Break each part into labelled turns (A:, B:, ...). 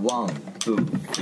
A: ワン、ツー、ス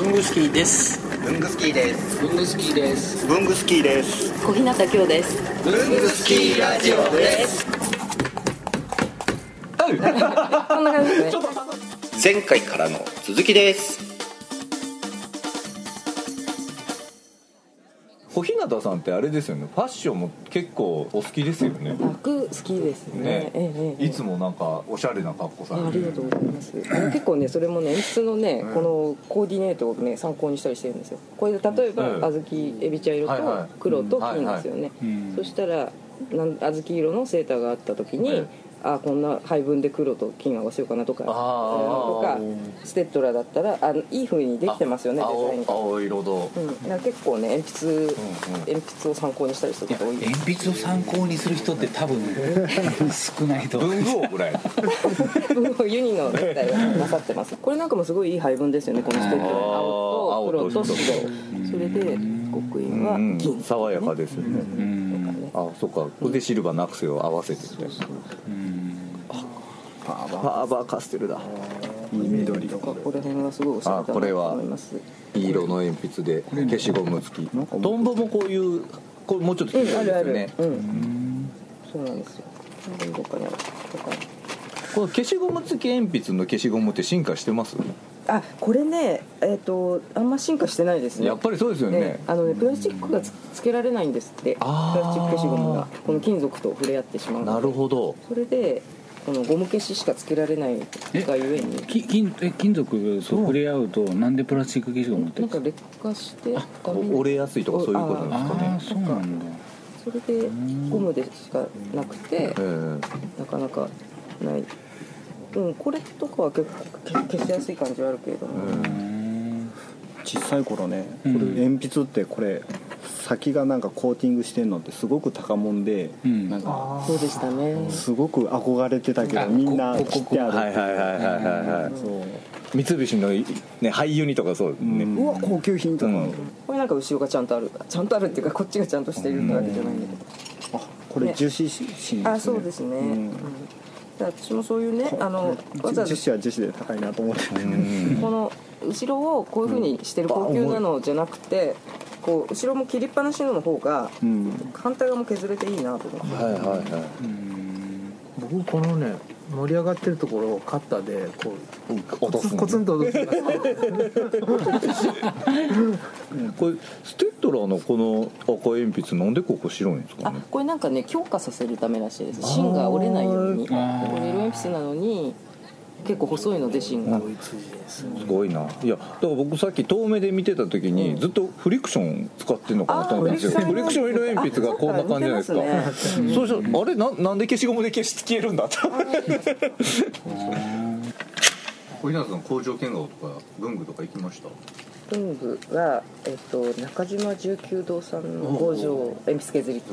A: リ
B: 文具スキーです。
C: 文具スキーです
B: 文具スキーです。
C: 文具スキーです
D: 小日向京です。
C: 文具スキーラジオです
D: こんな感じですね。
C: 前回からの続きです
A: ー。小日向さんってあれですよね。ファッションも結構お好きですよね。
D: 楽好きですね。
A: ね
D: ええええ
A: いつもなんかおしゃれな格好さ
D: ああ
A: れて
D: りが
A: る
D: と。うございます。あの結構ねそれもね鉛筆のね、このコーディネートをね参考にしたりしてるんですよ。これで例えば、
A: うん
D: 小豆エビ茶色
A: はいは
D: と
A: い
D: 黒と
A: うん
D: 金ですよね。
E: ん
D: そしたらなん小豆色のセーターがあった時に。
A: うん
D: あこんな配分で黒と金合わせようかなとか
A: あー
D: うんとかステッドラだったらあいい風にできてますよねデ
A: 青
D: ザインが、
A: 青色と。
D: うん、だから結構ね鉛
A: ん
D: 筆、鉛筆を参考にしたりすること多いです
E: 鉛筆を参考にする人って多 分少ないと
A: 文具王ぐらい。
D: ユニのネクタイをなさってますこれなんかもすごいいい配分ですよねこのステップ
A: あー
D: 青と黒と
A: 青と
D: 白
A: 白
D: それで刻印は
A: うん
D: 銀
A: 爽やかですよね。
E: うん
A: あ、そっか。これでシルバーのアクセルを合わせてみたいな。あパーバーカステルだ。
C: 緑
D: とかここら辺はすごいおしゃれだなと思います
A: いい色の鉛筆で消しゴム付き。トンボもこういうこれもうちょっと
D: う
A: 黄
D: ん
A: 色
D: あ
A: い
D: る
A: ですよ
D: ある
A: ね。
D: うんそうなんですよどこかなとか
A: この消しゴム付き鉛筆の消しゴムって進化してます？
D: あこれねえっとあんま進化してないですね
A: やっぱりそうですよね。
D: あのねプラスチックがつつけられないんですってプ
A: あー
D: ラスチック消しゴムがこの金属と触れ合ってしまうので
A: なるほど。
D: それでこのゴム消ししかつけられないがゆえに
E: き金え金属そう触れ合うとなんでプラスチック消しゴムって
D: なんか劣化してダメ
A: 折れやすいとかそういうことなんですか
E: あ
A: ね。
E: あそうなんだ
D: それでゴムでしかなくて
A: え
D: なかなかないうんこれとかは結構消しやすい感じはあるけれども、
F: 小さい頃ね、
E: うん
F: これ鉛筆ってこれ先がなんかコーティングしてんのってすごく高もんで、
E: うん
F: なんか
D: そうでしたね
F: すごく憧れてたけ
E: あ
F: どみんな
E: ここ
F: 切って
A: えは
F: あ
A: い
F: る
A: はいはいはいはいはい。
F: そう、
A: 三菱のね俳優にとかそう
F: う
A: ね。
F: んうわ高級品とか、
A: うん
D: これなんか後ろがちゃんとあるちゃんとあるっていうかこっちがちゃんとしてるってわけじゃないんだけど、
F: あこれ
D: ね
F: 樹脂芯ですね
D: あそうですね、うんんだから私もそういうねあのわ
F: 樹
D: ざわざ
F: 脂は樹脂で高いなと思って
D: この後ろをこういうふうにしてる高級なのじゃなくてこう後ろも切りっぱなしのの方が
F: うん
D: 反対側も削れていいなと思って
A: はいはいはい。
G: 僕このね盛り上がってるところをカッターでこう
A: 落とす
G: コツンと落とす
A: これステッドラーのこの赤い鉛筆なんでここ白いんですか
D: あ
A: ね。
D: これなんかね強化させるためらしいです芯が折れないようにこれ
E: あー
D: 色鉛筆なのに結構細いので芯が
G: いつです
A: すごいな。いやだから僕さっき遠目で見てた時にずっとフリクション使ってんのかなと思ったんですよ。
D: あー
A: フリクション色鉛筆がこんな感じじゃないですか
D: あそっか似てます。
A: そうしたらあれななんで消しゴムで消し消えるんだと。小日向さん工場見学とか文具とか行きました。
D: 文具は、えっと、中島十九堂さんの工場鉛筆削り機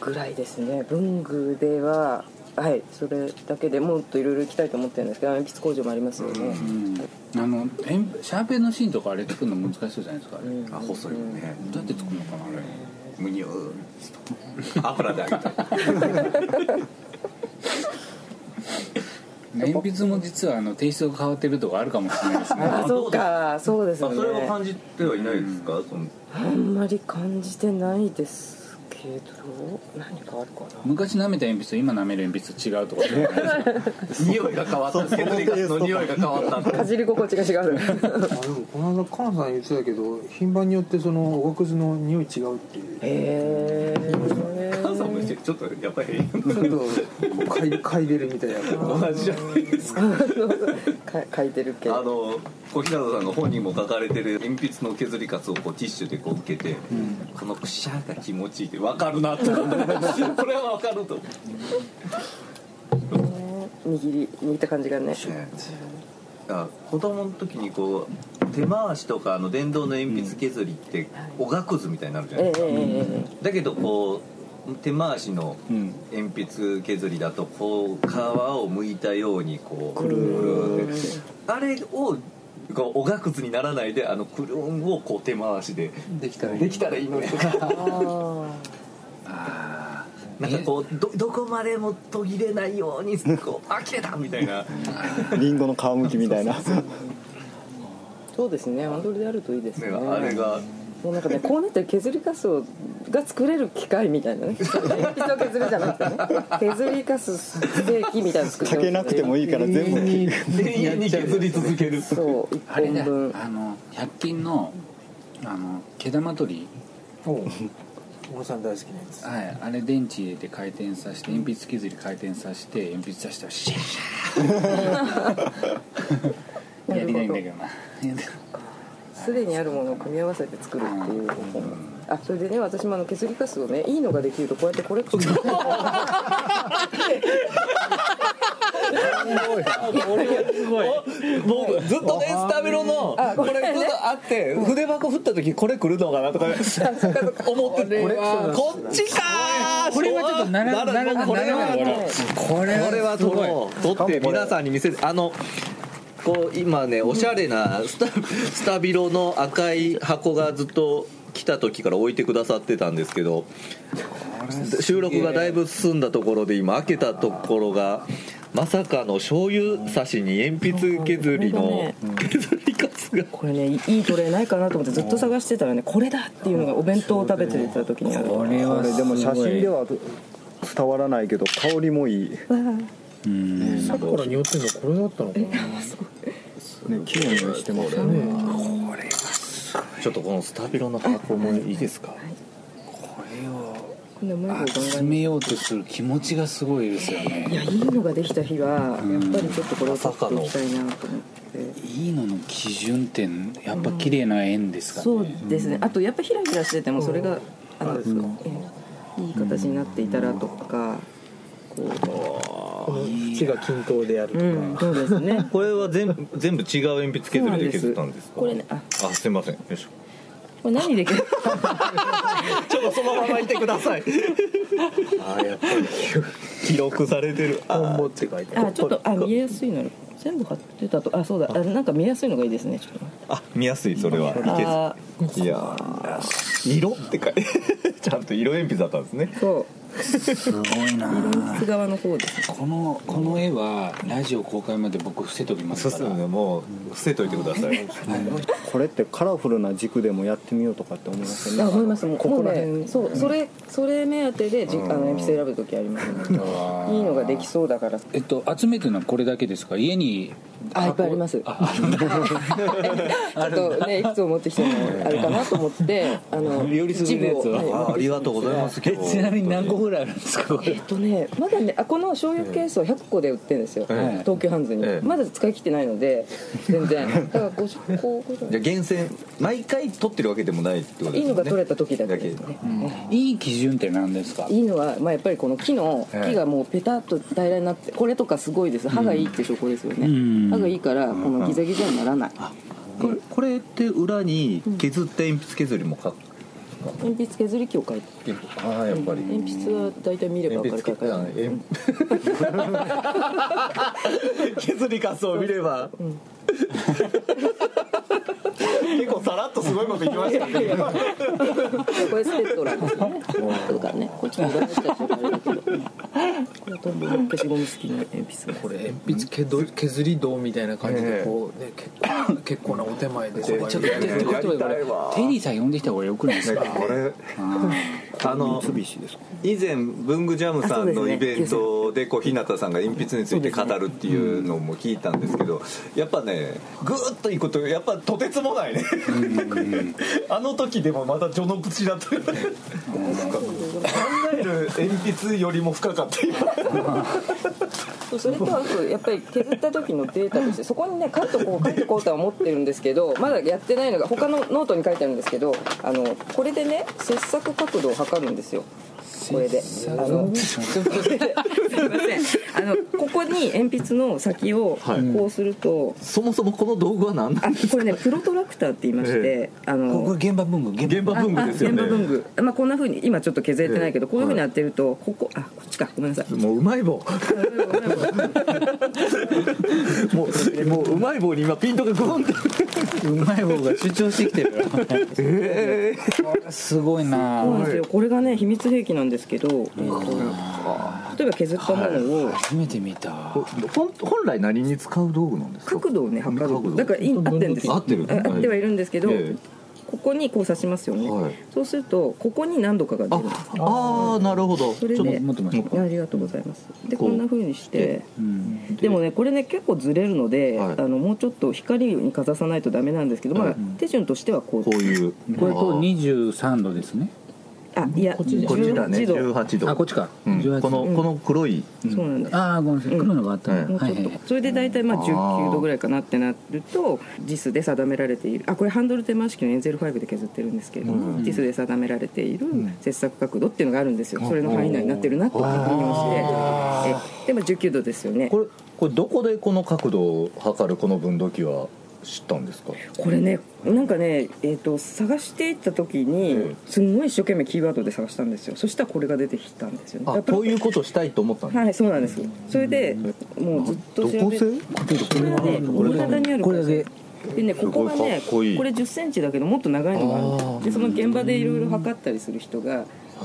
D: ぐらいですね文具でははいそれだけでもっといろいろ行きたいと思ってるんですけど鉛筆工場もありますよね、
E: あのペンシャーペンの芯とかあれ作るの難しそうじゃないですかあれど
C: あ細いよね
E: うやって作るのかなあれ
C: むにゅー油であげたい
E: 鉛筆も実はあのテイストが変わってるとかあるかもしれないですね
D: あそうかそうです
A: あ
D: よね
A: それは感じてはいないですか、その
D: あんまり感じてないですけど何かあるかな
E: 昔舐めた鉛筆と今舐める鉛筆と違うとかそういうのないですか
C: 匂いが変わった削りガスの匂いが変わった
D: かじり心地が違う
G: あでもこの間カナさん言ってたけど品番によってそのおがくずの匂い違うって いう
D: へえ
C: 母さんも一緒にちょっとやっぱり
G: ちょっと嗅い嗅いでるみたいな
C: 同じじゃないですか
D: か書いてるけ
C: あ
D: ど
C: の小日向さんの本にも書かれてる鉛筆の削りカスをこうティッシュでこう受けて、このクシャーが気持ちいいって分かるな と思ってこれは分かると思って
D: 握り握った感じがね
C: あ子供の時にこう手回しとかあの電動の鉛筆削りっておがくずみたいになるじゃ
D: え
C: な
D: え
C: い
D: え
C: ですか、
D: え
C: だけどこう手回しの
F: うん
C: 鉛筆削りだとこう皮を剥いたようにこうくるーってあれをこうおがくずにならないであのクルーンをこう手回しで
G: できたらいい
C: できたらいいのにとか
D: ああ
E: あ
C: なんかこうどどこまでも途切れないようにこうあ切れたみたいな
F: リンゴの皮むきみたいな
D: そうですねアンドルであるといいですね
C: ねあれが
D: もうなんかねこうなったら削りカスをが作れる機械みたいなね鉛筆を削るじゃなくてね削りカスステーキみたいなの作って
F: かけなくてもいいから全部
C: 永遠に削り続ける
D: そう一
E: あれ
D: 本
E: ねあ
D: 分
E: の100均のあの毛玉取り
G: おう小野さん大好きなやつ
E: はい、あれ電池入れて回転させて鉛筆削り回転させて鉛筆出したらシャ ーやりたいんだけどな
D: すでにあるものを組み合わせて作るっていうあそれでね私もあの削りカスをねいいのができるとこうやってコレクション
A: もうずっとねスタミロのこれずっとあって筆箱振った時これ来るのかなとか思っててこっちかー
E: これはちょっとならならなら
A: これは
E: これ
C: これは
E: す
C: 撮
E: ごい
C: ろう撮って皆さんに見せるあのこう今ねおしゃれなスタスタビロの赤い箱がずっと来た時から置いてくださってたんですけど収録がだいぶ進んだところで今開けたところがまさかの醤油差しに鉛筆削りの削りかすが
D: これねいいトレーないかなと思ってずっと探してたらねこれだっていうのがお弁当を食べてた時にある
E: これ
F: こ
E: は
F: れでも写真で
E: は
F: は伝わらないけど香りもいい、ね、
G: さっきから匂ってんのこれだったのかな
F: 綺麗にしてますね
G: ね
C: ちょっとこのスタビロの箱もいいですか
E: これを
D: こんなうまいこと考え
E: 集
D: ない
E: めようとする気持ちがすごいですよね
D: いやいいのができた日はやっぱりちょっとこれを取っていきたいなと思って
E: いいのの基準ってやっぱ綺麗な円ですかね、
D: そうですねあとやっぱヒラヒラしててもそれがあのえいい形になっていたらとか
G: この縁が均等であると
D: う
G: か、
D: んそうですね
A: これは全部全部違う鉛筆削りで削ったんですか
D: これねあ
A: あすいませんよいしょ
D: これ何できる
A: ちょっとそのままいてくださいあやっぱり記録されてるあ
G: 本ボって書いてある
D: あちょっとあ見えやすいの全部貼ってたとあそうだあなんか見やすいのがいいですねちょっと待
A: あ見やすいそれは
D: って
A: い
D: あ
A: けずいやー色って書いて ちゃんと色鉛筆だったんですね
D: そう
E: すごいな
D: 椅子側の方ですね
E: このこの絵はラジオ公開まで僕伏せときま
A: そ
E: す
A: う
E: か
A: す
E: ら
A: るねもう伏せといてください
F: これってカラフルな軸でもやってみようとかって思いません
D: あ
F: ね
D: 思いますもう
F: ここら
D: もうね
F: 辺
D: そうそれそれ目当てでじあの鉛筆選ぶ時ありますねいいのができそうだから
E: えっと集めてるのはこれだけですか家に
D: あいっぱいあります
E: ああるん だ
D: ちょっとねいくつも持ってきてもあるかなと思ってあの
E: よりすぐ
D: 一
E: る
D: 部
E: やつを
D: はい
C: あありがとうございます今
E: え
C: 日
E: ちなみに何個ぐらいあるんですかこ
D: え
E: れ
D: っとねまだねあこの醤油ケースを100個で売ってるんですよ、
E: ええ
D: 東急ハンズに、
A: ええ
D: まだ使い切ってないので全 然だから50個ぐら
A: じゃあ
D: い
A: 厳選毎回撮ってるわけでもないってことですね
D: いいのが取れた時だけです
A: だ
D: ね、
E: いい基準って何ですか
D: いいのは、まあ、やっぱりこの木の
A: ええ
D: 木がもうペタッと平らになってこれとかすごいです歯がいいって証拠ですよね、
E: うん
D: 歯がいいからこのギザギザにならない、
A: これこれって裏に削った鉛筆削りも書く
D: 鉛筆削り器を書いて
A: ああやっぱり
D: 鉛筆は大体見 れば分かるから書いてある
A: 鉛筆 削りカスを見れば、 結構さらっとすごいこと言いましたね
D: これステッドラです よね。とかね、こっちの裏返したりとかあるけど。これとんぼの消しゴム好きな鉛筆が。
G: これ鉛筆けど削り道みたいな感じでこうね結構結構なお手前でちょっと
E: ちょっと待ってこれテリーさん呼んできた方がよくないですか
A: これあの
F: 三菱ですか
A: 以前文具ジャムさんのイベントでこう日向さんが鉛筆について語るっていうのも聞いたんですけどやっぱねグーッといくとやっぱとてつもないね あの時でもまた序の口だった考える鉛筆よりも深かった今
D: そうそれとあとやっぱり削った時のデータとしてそこにね書いとこう書いとこうとは思ってるんですけどまだやってないのが他のノートに書いてあるんですけどあのこれでね切削角度を測るんですよこれであの すいませんあのここに鉛筆の先をこうすると、
C: そもそもこの道具は何なん
D: あこれねプロトラクターって言いまして、あの
E: 現場文具現
C: 現場文具ですよね
D: ああ現場文具、まあ、こんなふうに今ちょっと削れてないけど、こういうふうに当てるとここあこっちかごめんなさい
C: もううまい棒 もうもううまい棒に今ピントがゴンって
E: うまい方が主張してきてるすごいな
D: そうなんですよこれがね秘密兵器なんですけど、えーと例えば削ったものを
E: 初めて見た
A: 本本来何に使う道具なんですか
D: 角度をね測
A: 角
D: る
A: 度
D: だからい合ってるんですよ
A: 合ってる
D: あ合ってはいるんですけど、
A: ええ
D: ここにこう刺しますよね、
A: はい
D: そうするとここに何度かが出るんです
C: ああなるほど
D: それで
E: 持ってました
D: ありがとうございますで
C: こ
D: こ
C: うん
D: な風にして
E: うん
D: でもねこれね結構ずれるので、
C: はい
D: あのもうちょっと光にかざさないとダメなんですけど、まあ、手順としてはこう
C: こういう
E: これと23度ですね
D: あいや
E: こっち
C: こっちだね
D: 18度
C: 18度
E: あこっちか、
C: うん
E: 18
C: このこの黒い
D: そうなんです
E: ああごめんなさい黒いのがあった、
C: うん
D: もうちょっと、それで大体まあ19度ぐらいかなってなると JIS で定められているあこれハンドル手回式のエンゼル5で削ってるんですけれども JIS、で定められている切削角度っていうのがあるんですよ、それの範囲内になってるなと確認をしてえでも19度ですよね
C: これこれどこでこの角度を測るこの分度器は知ったんですか
D: これねなんかね、えー、と探していった時にすんごい一生懸命キーワードで探したんですよそしたらこれが出てきたんですよね
C: あ
D: やっぱり
C: こういうことしたいと思ったんです
D: はいそうなんですそれでもうずっと調べてこれはね大型にある
E: これだけ
D: でねここがね
C: すごいかっこいい
D: これ1 0ンチだけどもっと長いのがあるんですでその現場でいろいろ測ったりする人が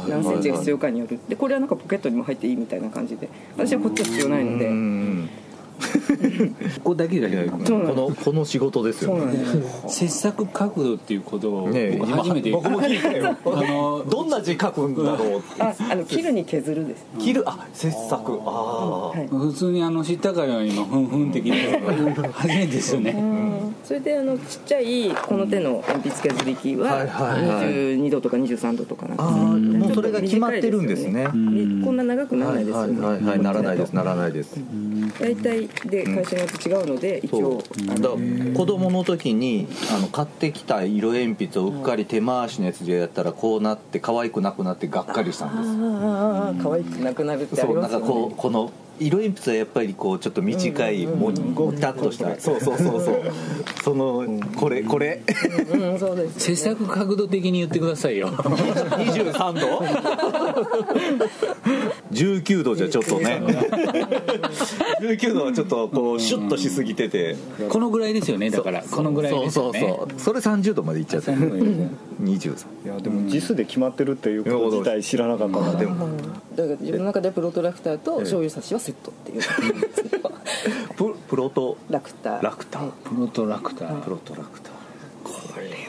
D: 何センチが必要かによるでこれはなんかポケットにも入っていいみたいな感じで私はこっちは必要ないので
C: うん
E: ここだけじゃない
C: こ
D: そうなん
C: の
D: です
C: この仕事です
D: そ
C: よ
D: うなん
C: ね
D: です
E: 切削角度っていうことを
C: ねえ
E: 僕
C: 今
E: 初めて
A: 僕も聞いたよ
E: あの
A: どんな字書くんだろうって
D: ああの切るに削るです
A: 切るあ切削ああ
D: はい
E: 普通にあの知ったかよ今ふんふん的な初めてですよね
D: それであのちっちゃいこの手の鉛筆削り器
C: はい
D: は
C: はいはい
D: 22度とか23度とかなん
C: あ
D: か
C: あもうそれが決まってるんですね
D: でこんな長くなら
C: は
D: ない
C: い
D: です
C: は
D: よ
C: い
D: ね
C: はいはいならないですならないです
D: 大体で会社によって違うので一
C: そう
D: 応
C: だから子供の時にあの買ってきた色鉛筆をうっかり手回しのやつでやったらこうなって可愛くなくなってがっかりしたんです
D: ああ可愛くなくなるってあ
C: そ
D: り
C: うな
D: ま
C: ん
D: すよ
C: か
D: ね
C: こうこの色鉛筆はやっぱりこうちょっと短いもうごたっとしたそうそうそうそうそのこれこれ
D: うんそうです
E: 切削角度的に言ってくださいよ
C: 23度19度じゃちょっとね
A: 19度はちょっとこうシュッとしすぎてて
E: このぐらいですよねだからこのぐらい
C: そう
E: です
C: そ
E: よ
C: う
E: ね
C: そうそれ30度までいっちゃった23
F: いやでも JIS で決まってるっていうこと自体知らなかったから
C: でも
D: だから自分の中でプロトラクターと醤油差しはセットっていう
C: ププロと
D: ラクター
C: ラクター
E: プロトラクター
C: プロとラクター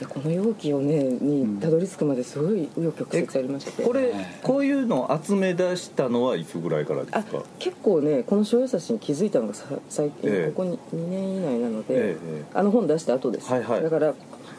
D: でこの容器をねにたどり着くまですごい紆余曲折ありまして
C: これこういうのを集め出したのはいつぐらいからです
D: あ
C: か
D: 結構ねこの醤油差しに気づいたのがさ最近、
C: ええ
D: ここに2年以内なので、
C: ええ
D: あの本出した後です、
C: はいはい
D: だから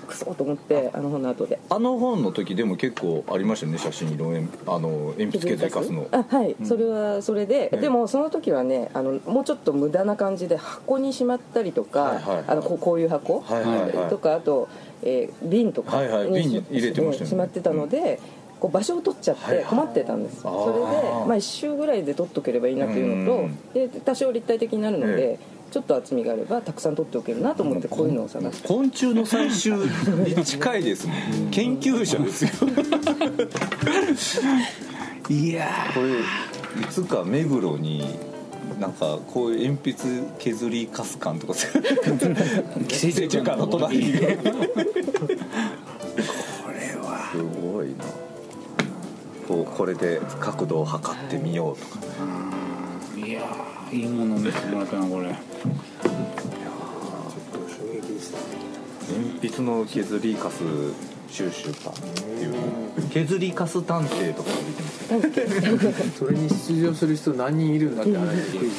D: クソと思ってあの本の後で
A: あの本の時でも結構ありましたよね写真色鉛あの鉛筆削りかすの
D: あはい、それはそれで、でもその時はねあのもうちょっと無駄な感じで箱にしまったりとか、
A: はいはい
D: あのこうこういう箱、
A: はいはいはい
D: とかあと、えー瓶とか
A: はいはい瓶に入れてましたよね
D: しまってたので、こう場所を取っちゃっ
A: はいは
D: て
A: い
D: 困ってたんです、
A: あー
D: それで、まあ、1周ぐらいで取っとければいいなというのと、
A: うん
D: で多少立体的になるので、
A: え
D: ちょっと厚みがあればたくさん取っておけるなと思ってこういうのを探して、
A: 昆虫の採集に近いですもん研究者ですよ
E: いや
A: これいつか目黒になんかこういう鉛筆削りカス館とか寄 生虫館の隣にこれはすごいなこうこれで角度を測ってみようとか
E: ーいやーいいもの見せてもらったなこれ
A: 鉛筆の削りカス収集かっていう削りカス探偵とかも出てます
G: それに出場する人何人いるんだって話クイズに